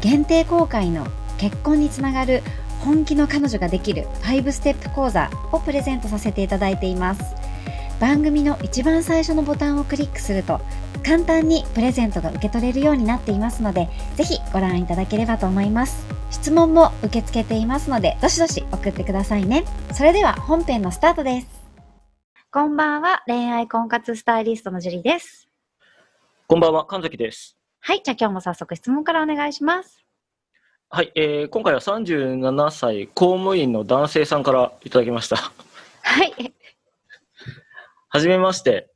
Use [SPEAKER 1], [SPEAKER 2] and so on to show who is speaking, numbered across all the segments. [SPEAKER 1] 限定公開の結婚につながる本気の彼女ができる5ステップ講座をプレゼントさせていただいています番組の一番最初のボタンをクリックすると簡単にプレゼントが受け取れるようになっていますのでぜひご覧いただければと思います質問も受け付けていますのでどしどし送ってくださいねそれでは本編のスタートですこんばんは恋愛婚活スタイリストのジュリーです
[SPEAKER 2] こんばんは、神崎です。
[SPEAKER 1] はいじゃあ今日も早速質問からお願いします
[SPEAKER 2] はい、えー今回は37歳公務員の男性さんからいただきました。
[SPEAKER 1] はい
[SPEAKER 2] はじめまして、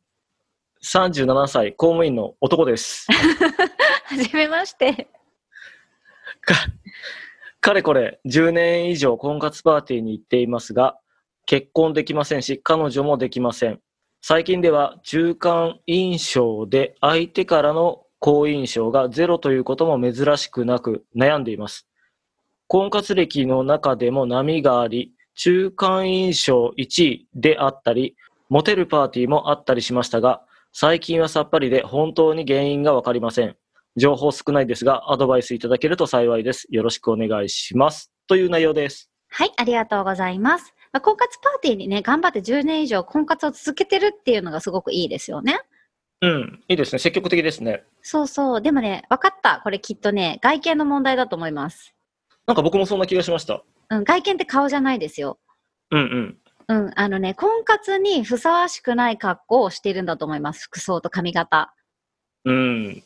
[SPEAKER 2] 37歳公務員の男です。
[SPEAKER 1] はじめまして。
[SPEAKER 2] かかれこれ10年以上婚活パーティーに行っていますが、結婚できませんし、彼女もできません。最近では中間印象で相手からの好印象がゼロということも珍しくなく悩んでいます。婚活歴の中でも波があり、中間印象1位であったり、モテるパーティーもあったりしましたが、最近はさっぱりで本当に原因がわかりません。情報少ないですが、アドバイスいただけると幸いです。よろしくお願いします。という内容です。
[SPEAKER 1] はい、ありがとうございます。まあ婚活パーティーにね、頑張って10年以上婚活を続けてるっていうのがすごくいいですよね。
[SPEAKER 2] うん、いいですね。積極的ですね。
[SPEAKER 1] そうそう。でもね、分かった。これきっとね、外見の問題だと思います。
[SPEAKER 2] なんか僕もそんな気がしました。
[SPEAKER 1] うん、外見って顔じゃないですよ。
[SPEAKER 2] うんうん。
[SPEAKER 1] うん、あのね、婚活にふさわしくない格好をしているんだと思います。服装と髪型。
[SPEAKER 2] うん。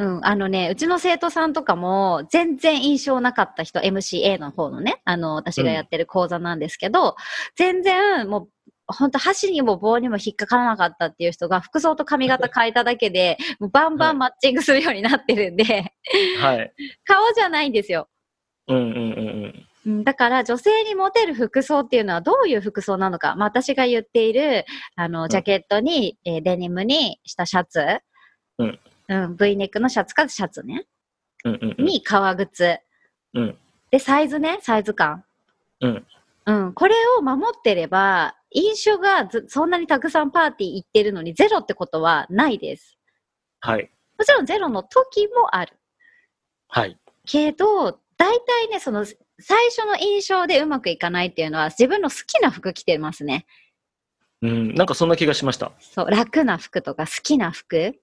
[SPEAKER 1] うん、あのね、うちの生徒さんとかも、全然印象なかった人、MCA の方のね、あの、私がやってる講座なんですけど、全然、もう、本当箸にも棒にも引っかからなかったっていう人が、服装と髪型変えただけで、もうバンバンマッチングするようになってるんで、
[SPEAKER 2] はい。
[SPEAKER 1] 顔じゃないんですよ。
[SPEAKER 2] うんうんうん
[SPEAKER 1] うんだから、女性にモテる服装っていうのはどういう服装なのか、まあ、私が言っている、あの、
[SPEAKER 2] ん
[SPEAKER 1] ジャケットに、えーデニムにしたシャツ、
[SPEAKER 2] うん
[SPEAKER 1] うん、V ネックのシャツかシャツね。
[SPEAKER 2] うん。うんうん
[SPEAKER 1] に革靴、
[SPEAKER 2] うん
[SPEAKER 1] でサイズねサイズ感、
[SPEAKER 2] うん
[SPEAKER 1] うんこれを守ってれば印象がずそんなにたくさんパーティー行ってるのにゼロってことはないです
[SPEAKER 2] はい。
[SPEAKER 1] もちろんゼロの時もある
[SPEAKER 2] はい。
[SPEAKER 1] けど大体ねその最初の印象でうまくいかないっていうのは自分の好きな服着てますね
[SPEAKER 2] うん。なんかそんな気がしました。
[SPEAKER 1] そう楽な服とか好きな服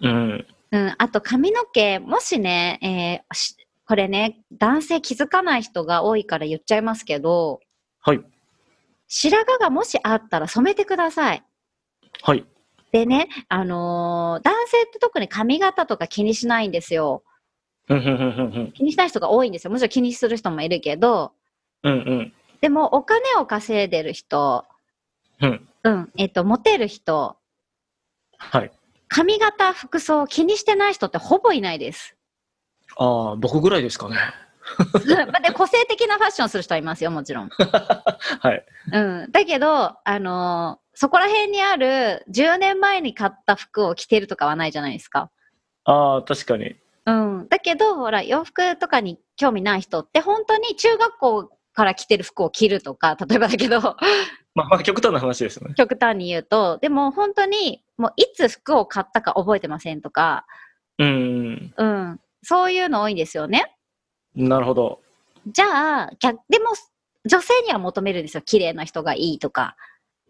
[SPEAKER 2] うん。
[SPEAKER 1] うん、あと髪の毛、もしね、えーしこれね、男性気づかない人が多いから言っちゃいますけど、
[SPEAKER 2] はい。
[SPEAKER 1] 白髪がもしあったら染めてください。
[SPEAKER 2] はい。
[SPEAKER 1] でね、あのー男性って特に髪型とか気にしないんですよ。
[SPEAKER 2] うんうんうん
[SPEAKER 1] 気にしない人が多いんですよ。もちろん気にする人もいるけど、
[SPEAKER 2] うん。うんうん。
[SPEAKER 1] でもお金を稼いでる人、
[SPEAKER 2] うん。
[SPEAKER 1] うん、えっ、と、モテる人、
[SPEAKER 2] はい。
[SPEAKER 1] 髪型、服装気にしてない人ってほぼいないです。
[SPEAKER 2] ああ、僕ぐらいですかね。
[SPEAKER 1] まあで、個性的なファッションする人はいますよ、もちろん。
[SPEAKER 2] はい。
[SPEAKER 1] うん、だけど、あのーそこら辺にある10年前に買った服を着てるとかはないじゃないですか。
[SPEAKER 2] ああ、確かに。
[SPEAKER 1] うん、だけど、ほら、洋服とかに興味ない人って本当に中学校から着てる服を着るとか、例えばだけど、
[SPEAKER 2] まあ、まあ、極端な話ですよね。
[SPEAKER 1] 極端に言うと、でも本当にもういつ服を買ったか覚えてませんとか、
[SPEAKER 2] うん。
[SPEAKER 1] うん、そういうの多いんですよね。
[SPEAKER 2] なるほど。
[SPEAKER 1] じゃあ、逆、でも女性には求めるんですよ。綺麗な人がいいとか。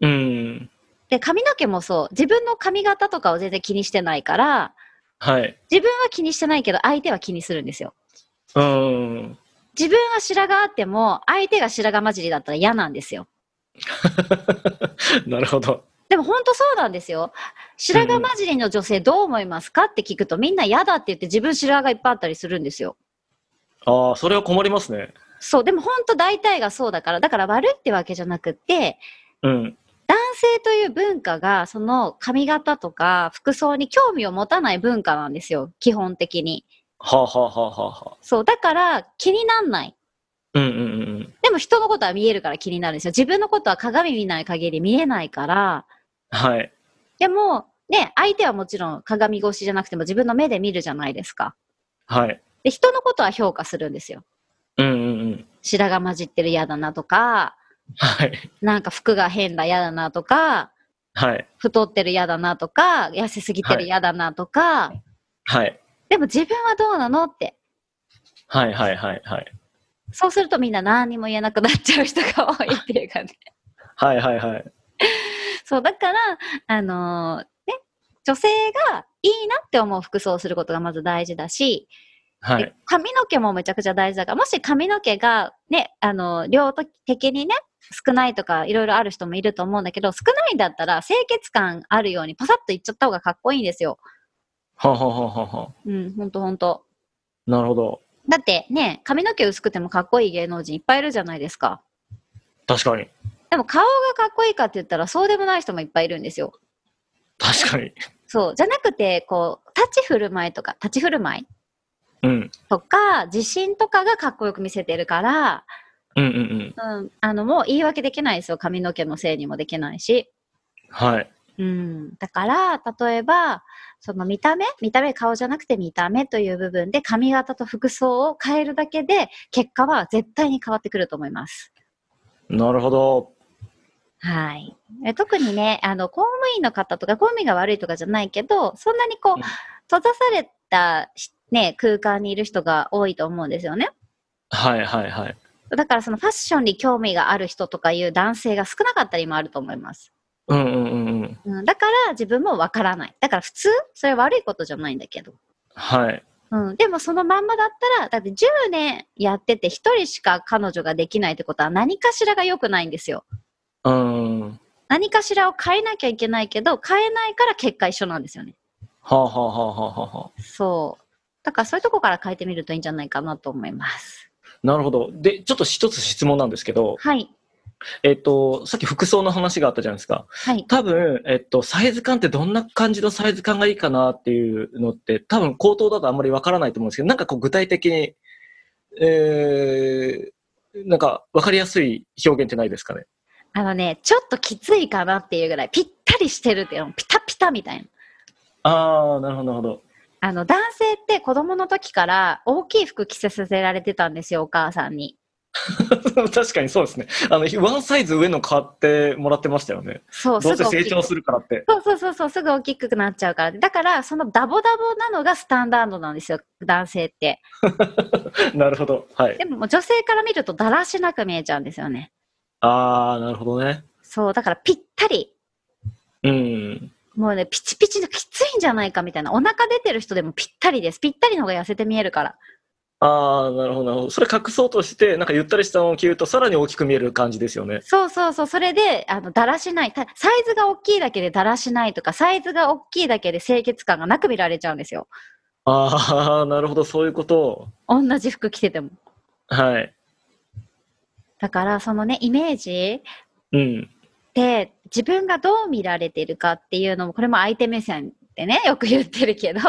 [SPEAKER 2] うん。
[SPEAKER 1] で、髪の毛もそう。自分の髪型とかを全然気にしてないから、
[SPEAKER 2] はい。
[SPEAKER 1] 自分は気にしてないけど相手は気にするんですよ。
[SPEAKER 2] うん。
[SPEAKER 1] 自分は白髪あっても、相手が白髪混じりだったら嫌なんですよ。
[SPEAKER 2] なるほど。
[SPEAKER 1] でも本当そうなんですよ。白髪混じりの女性どう思いますかって聞くと、みんな嫌だって言って自分白髪がいっぱいあったりするんですよ。
[SPEAKER 2] ああ、それは困りますね。
[SPEAKER 1] そう、でも本当大体がそうだから、だから悪いってわけじゃなくって、
[SPEAKER 2] うん。
[SPEAKER 1] 男性という文化が、その髪型とか服装に興味を持たない文化なんですよ、基本的に。
[SPEAKER 2] はあ、はあはあはあはあ、
[SPEAKER 1] そう、だから気になんない。
[SPEAKER 2] うんうんうんうん。
[SPEAKER 1] でも人のことは見えるから気になるんですよ。自分のことは鏡見ない限り見えないから、
[SPEAKER 2] はい。
[SPEAKER 1] でも、ね、相手はもちろん鏡越しじゃなくても自分の目で見るじゃないですか。
[SPEAKER 2] はい。
[SPEAKER 1] で、人のことは評価するんですよ。
[SPEAKER 2] うんうんうん。
[SPEAKER 1] 白髪混じってる嫌だなとか、
[SPEAKER 2] はい。
[SPEAKER 1] なんか服が変だ嫌だなとか、
[SPEAKER 2] はい。
[SPEAKER 1] 太ってる嫌だなとか、痩せすぎてる嫌だなとか、
[SPEAKER 2] はい。
[SPEAKER 1] でも自分はどうなのって。
[SPEAKER 2] はいはいはいはい。
[SPEAKER 1] そうするとみんな何にも言えなくなっちゃう人が多いっていうかね。
[SPEAKER 2] はいはいはい。
[SPEAKER 1] そう、だから、あのーね、女性がいいなって思う服装をすることがまず大事だし、
[SPEAKER 2] は
[SPEAKER 1] で
[SPEAKER 2] い。
[SPEAKER 1] 髪の毛もめちゃくちゃ大事だから、もし髪の毛がね、あの、量的にね、少ないとかいろいろある人もいると思うんだけど、少ないんだったら清潔感あるようにパサッといっちゃった方がかっこいいんですよ。
[SPEAKER 2] はあ、はあはあはあは
[SPEAKER 1] うん、ほんとほんと。
[SPEAKER 2] あ、なるほど。
[SPEAKER 1] だってね、髪の毛薄くてもかっこいい芸能人いっぱいいるじゃないですか。
[SPEAKER 2] 確かに。
[SPEAKER 1] でも顔がかっこいいかって言ったらそうでもない人もいっぱいいるんですよ。
[SPEAKER 2] 確か に。
[SPEAKER 1] そう。じゃなくて、こう、立ち振る舞いとか、立ち振る舞い
[SPEAKER 2] うん。
[SPEAKER 1] とか、自信とかがかっこよく見せてるから、
[SPEAKER 2] うんうんうん。
[SPEAKER 1] うん、あの、もう言い訳できないですよ。髪の毛のせいにもできないし。
[SPEAKER 2] はい。
[SPEAKER 1] うん。だから、例えば、その見た目見た目顔じゃなくて見た目という部分で髪型と服装を変えるだけで、結果は絶対に変わってくると思います。
[SPEAKER 2] なるほど。
[SPEAKER 1] はい。え特にね、あの、公務員の方とか、公務員が悪いとかじゃないけど、そんなにこう
[SPEAKER 2] うん、
[SPEAKER 1] 閉ざされたし、ね、空間にいる人が多いと思うんですよね。
[SPEAKER 2] はいはいはい。
[SPEAKER 1] だからそのファッションに興味がある人とかいう男性が少なかったりもあると思います。
[SPEAKER 2] うんうんうんうん。
[SPEAKER 1] うん、だから自分もわからない。だから普通それ悪いことじゃないんだけど。
[SPEAKER 2] はい。
[SPEAKER 1] うん、でもそのまんまだったら、だって10年やってて1人しか彼女ができないってことは何かしらが良くないんですよ。
[SPEAKER 2] うん。は
[SPEAKER 1] 何かしらを変えなきゃいけないけど、変えないから結果一緒なんですよね。
[SPEAKER 2] あ、はあはあはあはあはあ、
[SPEAKER 1] そう。だからそういうとこから変えてみるといいんじゃないかなと思います。
[SPEAKER 2] なるほど。で、ちょっと一つ質問なんですけど、
[SPEAKER 1] はい。
[SPEAKER 2] えっと、さっき服装の話があったじゃないですか。
[SPEAKER 1] はい。
[SPEAKER 2] 多分、えっと、サイズ感ってどんな感じのサイズ感がいいかなっていうのって、多分口頭だとあんまりわからないと思うんですけど、なんかこう具体的に、えー、なんかわかりやすい表現ってないですかね。
[SPEAKER 1] あのね、ちょっときついかなっていうぐらい、ぴったりしてるっていうの、ピタピタみたいな。
[SPEAKER 2] ああ、なるほど、なるほど。
[SPEAKER 1] あの、男性って子供の時から大きい服着せさせられてたんですよ、お母さんに。
[SPEAKER 2] 確かにそうですね。あの、ワンサイズ上の買ってもらってましたよね。
[SPEAKER 1] そう、
[SPEAKER 2] どうせ
[SPEAKER 1] 大
[SPEAKER 2] 成
[SPEAKER 1] きく
[SPEAKER 2] 長するからって。
[SPEAKER 1] そうそうそうそう、すぐ大きくなっちゃうから。だから、そのダボダボなのがスタンダードなんですよ、男性って。
[SPEAKER 2] なるほど。はい
[SPEAKER 1] で。も、女性から見るとだらしなく見えちゃうんですよね。
[SPEAKER 2] ああ、なるほどね。
[SPEAKER 1] そう、だからぴったり。
[SPEAKER 2] うん。
[SPEAKER 1] もうね、ピチピチのきついんじゃないかみたいな。お腹出てる人でもぴったりです。ぴったりの方が痩せて見えるから。
[SPEAKER 2] ああ、なるほど、なるほど。それ隠そうとして、なんかゆったりしたのを着ると、さらに大きく見える感じですよね。
[SPEAKER 1] そうそうそう、それで、あの、だらしない。たサイズが大きいだけでだらしないとか、サイズが大きいだけで清潔感がなく見られちゃうんですよ。
[SPEAKER 2] ああ、なるほど、そういうこと。
[SPEAKER 1] 同じ服着てても。
[SPEAKER 2] はい。
[SPEAKER 1] だから、そのね、イメージ
[SPEAKER 2] うん。
[SPEAKER 1] で自分がどう見られてるかっていうのも、これも相手目線ってね、よく言ってるけど、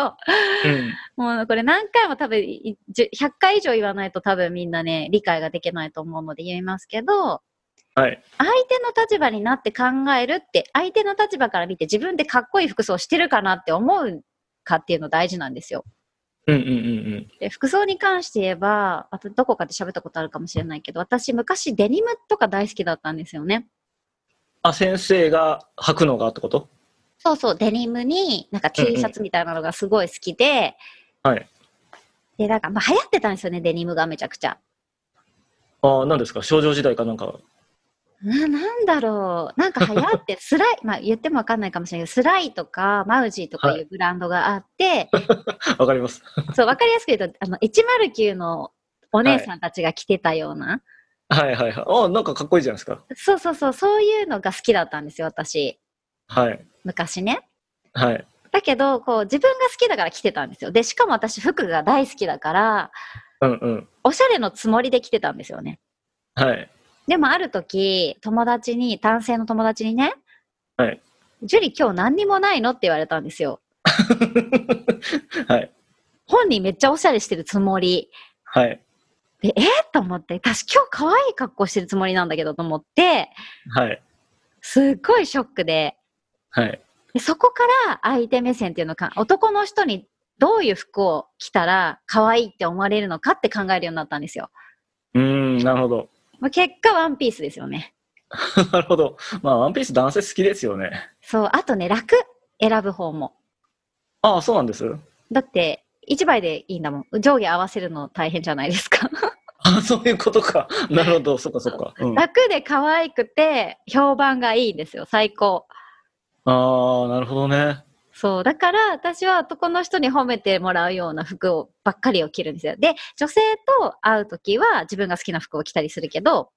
[SPEAKER 2] うん。
[SPEAKER 1] もうこれ何回も多分、いじゅ100回以上言わないと多分みんなね、理解ができないと思うので言いますけど、
[SPEAKER 2] はい。
[SPEAKER 1] 相手の立場になって考えるって、相手の立場から見て自分でかっこいい服装してるかなって思うかっていうの大事なんですよ。
[SPEAKER 2] うんうんうん
[SPEAKER 1] で服装に関して言えば、あとどこかで喋ったことあるかもしれないけど、私昔デニムとか大好きだったんですよね。
[SPEAKER 2] あ、先生が履くのがってこと
[SPEAKER 1] そうそう、デニムになんか T
[SPEAKER 2] うんうん
[SPEAKER 1] シャツみたいなのがすごい好きで、
[SPEAKER 2] はい。
[SPEAKER 1] で、なんかまあ流行ってたんですよね、デニムがめちゃくちゃ。
[SPEAKER 2] ああ、何ですか少女時代かなんか。
[SPEAKER 1] な、なんだろう。なんか流行 って、スライ、まあ言ってもわかんないかもしれないけど、スライとかマウジーとか
[SPEAKER 2] は
[SPEAKER 1] いう ブランドがあって、
[SPEAKER 2] わかります。
[SPEAKER 1] そう、わかりやすく言うと、あの、109のお姉さんたちが着てたような、
[SPEAKER 2] はいはいはい。あなんかかっこいいじゃないですか。
[SPEAKER 1] そうそうそう、そういうのが好きだったんですよ、私。
[SPEAKER 2] はい。
[SPEAKER 1] 昔ね。
[SPEAKER 2] はい。
[SPEAKER 1] だけど、こう、自分が好きだから着てたんですよ。で、しかも私、服が大好きだから、
[SPEAKER 2] うんうん。
[SPEAKER 1] おしゃれのつもりで着てたんですよね。
[SPEAKER 2] はい。
[SPEAKER 1] でもある時、友達に、男性の友達にね、
[SPEAKER 2] はい。
[SPEAKER 1] ジュリ今日何にもないのって言われたんですよ。
[SPEAKER 2] はい。
[SPEAKER 1] 本人めっちゃおしゃれしてるつもり。
[SPEAKER 2] はい。
[SPEAKER 1] でえー、と思って、私今日可愛い格好してるつもりなんだけどと思って、
[SPEAKER 2] はい。
[SPEAKER 1] すっごいショックで、
[SPEAKER 2] はい。
[SPEAKER 1] でそこから相手目線っていうのか、男の人にどういう服を着たら可愛いって思われるのかって考えるようになったんですよ。
[SPEAKER 2] うーん、なるほど。
[SPEAKER 1] まあ、結果、ワンピースですよね。
[SPEAKER 2] なるほど。まあ、ワンピース男性好きですよね。
[SPEAKER 1] そう、あとね、楽。選ぶ方も。
[SPEAKER 2] ああ、そうなんです。
[SPEAKER 1] だって、一枚でいいんだもん。上下合わせるの大変じゃないですか。
[SPEAKER 2] あそういうことか。なるほど。そっかそっか。うん、あ
[SPEAKER 1] 楽で可愛くて、評判がいいんですよ。最高。
[SPEAKER 2] あ、なるほどね。
[SPEAKER 1] そう。だから、私は男の人に褒めてもらうような服をばっかりを着るんですよ。で、女性と会うときは自分が好きな服を着たりするけど、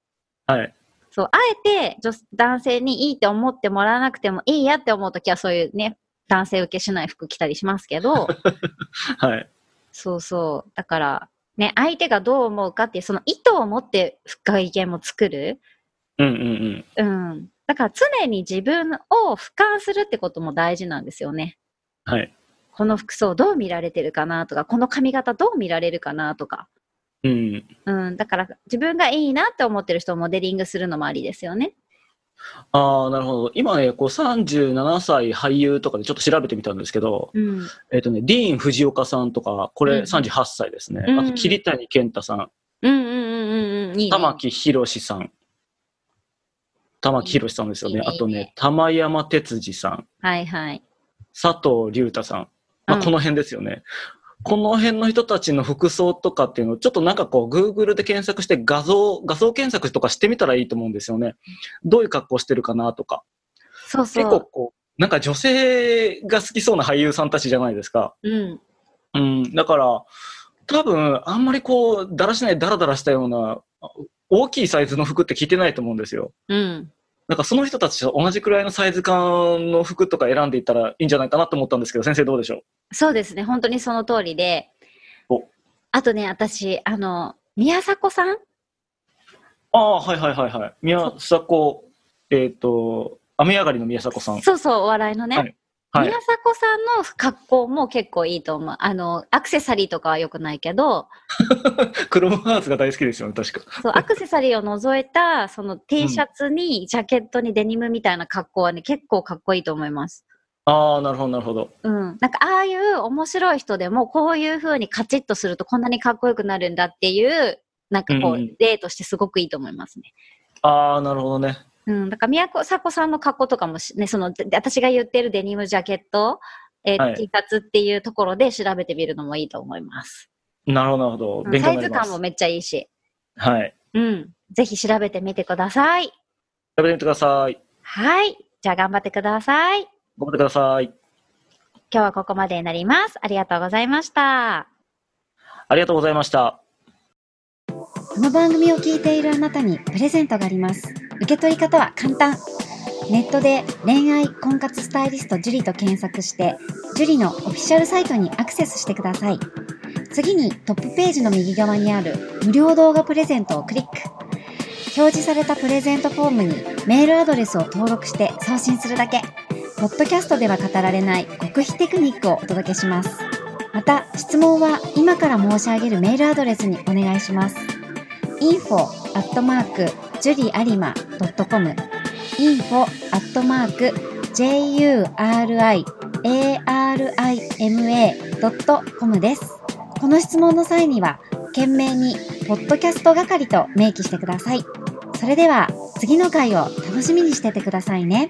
[SPEAKER 2] はい。
[SPEAKER 1] そう、あえて女男性にいいって思ってもらわなくてもいいやって思うときはそういうね、男性受けしない服着たりしますけ ど、
[SPEAKER 2] はい。
[SPEAKER 1] そうそう。だから、ね、相手がどう思うかっていう、その意図を持って外見も作る。
[SPEAKER 2] うんうんうん。
[SPEAKER 1] うん。だから常に自分を俯瞰するってことも大事なんですよね。
[SPEAKER 2] はい。
[SPEAKER 1] この服装どう見られてるかなとか、この髪型どう見られるかなとか。
[SPEAKER 2] うん。
[SPEAKER 1] うん。だから自分がいいなって思ってる人をモデリングするのもありですよね。
[SPEAKER 2] ああ、なるほど。今ね、こう37歳俳優とかでちょっと調べてみたんですけど、
[SPEAKER 1] うん。
[SPEAKER 2] えっ、とね、ディーン・藤岡さんとか、こ
[SPEAKER 1] うん
[SPEAKER 2] れ38歳ですね。
[SPEAKER 1] うん
[SPEAKER 2] あと、桐谷健太さん、
[SPEAKER 1] うんうんうんうんうん。いいね。
[SPEAKER 2] 玉木宏さん。玉木宏さんですよ
[SPEAKER 1] いい
[SPEAKER 2] ね。
[SPEAKER 1] ね
[SPEAKER 2] あと
[SPEAKER 1] いいね
[SPEAKER 2] ね、玉山哲司さん、
[SPEAKER 1] はいはい。
[SPEAKER 2] 佐藤隆太さん。まあ、
[SPEAKER 1] うん
[SPEAKER 2] この辺ですよね。この辺の人たちの服装とかっていうのを、ちょっとなんかこう、Google で検索して画像、画像検索とかしてみたらいいと思うんですよね。どういう格好してるかなとか。
[SPEAKER 1] そうそう。
[SPEAKER 2] 結構こう、なんか女性が好きそうな俳優さんたちじゃないですか。
[SPEAKER 1] うん。
[SPEAKER 2] うん、だから、多分あんまりこう、だらしない、だらだらしたような、あ大きいサイズの服って着てないと思うんですよ。
[SPEAKER 1] うん。
[SPEAKER 2] なんかその人たちと同じくらいのサイズ感の服とか選んでいったらいいんじゃないかなと思ったんですけど、先生どうでしょう
[SPEAKER 1] そうですね。本当にその通りで
[SPEAKER 2] お。
[SPEAKER 1] あとね、私、あの、宮迫さん
[SPEAKER 2] ああ、はいはいはいはい。宮迫、えっ、と、雨上がりの宮迫さん。
[SPEAKER 1] そうそう、お笑いのね。
[SPEAKER 2] はいはい
[SPEAKER 1] 宮。迫さんの格好も結構いいと思う。あの、アクセサリーとかは良くないけど、
[SPEAKER 2] クロムハーツが大好きですよね、確か。
[SPEAKER 1] そう、アクセサリーを除いた、その T シャツに、ジャケットにデニムみたいな格好はね、結構かっこいいと思います。
[SPEAKER 2] ああ、なるほど、なるほど。
[SPEAKER 1] うん。なんか、ああいう面白い人でも、こういう風にカチッとするとこんなにかっこよくなるんだっていう、なんかこ
[SPEAKER 2] うんう
[SPEAKER 1] う、
[SPEAKER 2] ん
[SPEAKER 1] 例としてすごくいいと思いますね。
[SPEAKER 2] ああ、なるほどね。
[SPEAKER 1] うん、だから宮迫さんの格好とかもしね、そので私が言ってるデニムジャケット、えー
[SPEAKER 2] はい
[SPEAKER 1] T シャツっていうところで調べてみるのもいいと思います。
[SPEAKER 2] なるほど、なるほど。
[SPEAKER 1] うん
[SPEAKER 2] 勉強
[SPEAKER 1] サ
[SPEAKER 2] に
[SPEAKER 1] イ
[SPEAKER 2] なり
[SPEAKER 1] ズ
[SPEAKER 2] ま
[SPEAKER 1] 感
[SPEAKER 2] す。
[SPEAKER 1] もめっちゃいいし、
[SPEAKER 2] はい。
[SPEAKER 1] うん、ぜひ調べてみてください。
[SPEAKER 2] 食べてみてください。
[SPEAKER 1] はい、じゃあ頑張ってください。
[SPEAKER 2] 頑張ってください。
[SPEAKER 1] 今日はここまでになります。ありがとうございました。
[SPEAKER 2] ありがとうございました。
[SPEAKER 3] この番組を聞いているあなたにプレゼントがあります。受け取り方は簡単。ネットで恋愛婚活スタイリスト樹と検索して、樹のオフィシャルサイトにアクセスしてください。次にトップページの右側にある無料動画プレゼントをクリック。表示されたプレゼントフォームにメールアドレスを登録して送信するだけ。ポッドキャストでは語られない極秘テクニックをお届けします。また、質問は今から申し上げるメールアドレスにお願いします。info アットマーク juriarima.com info アットマーク juriarima.com です。この質問の際には、懸命に、ポッドキャスト係と明記してください。それでは、次の回を楽しみにしててくださいね。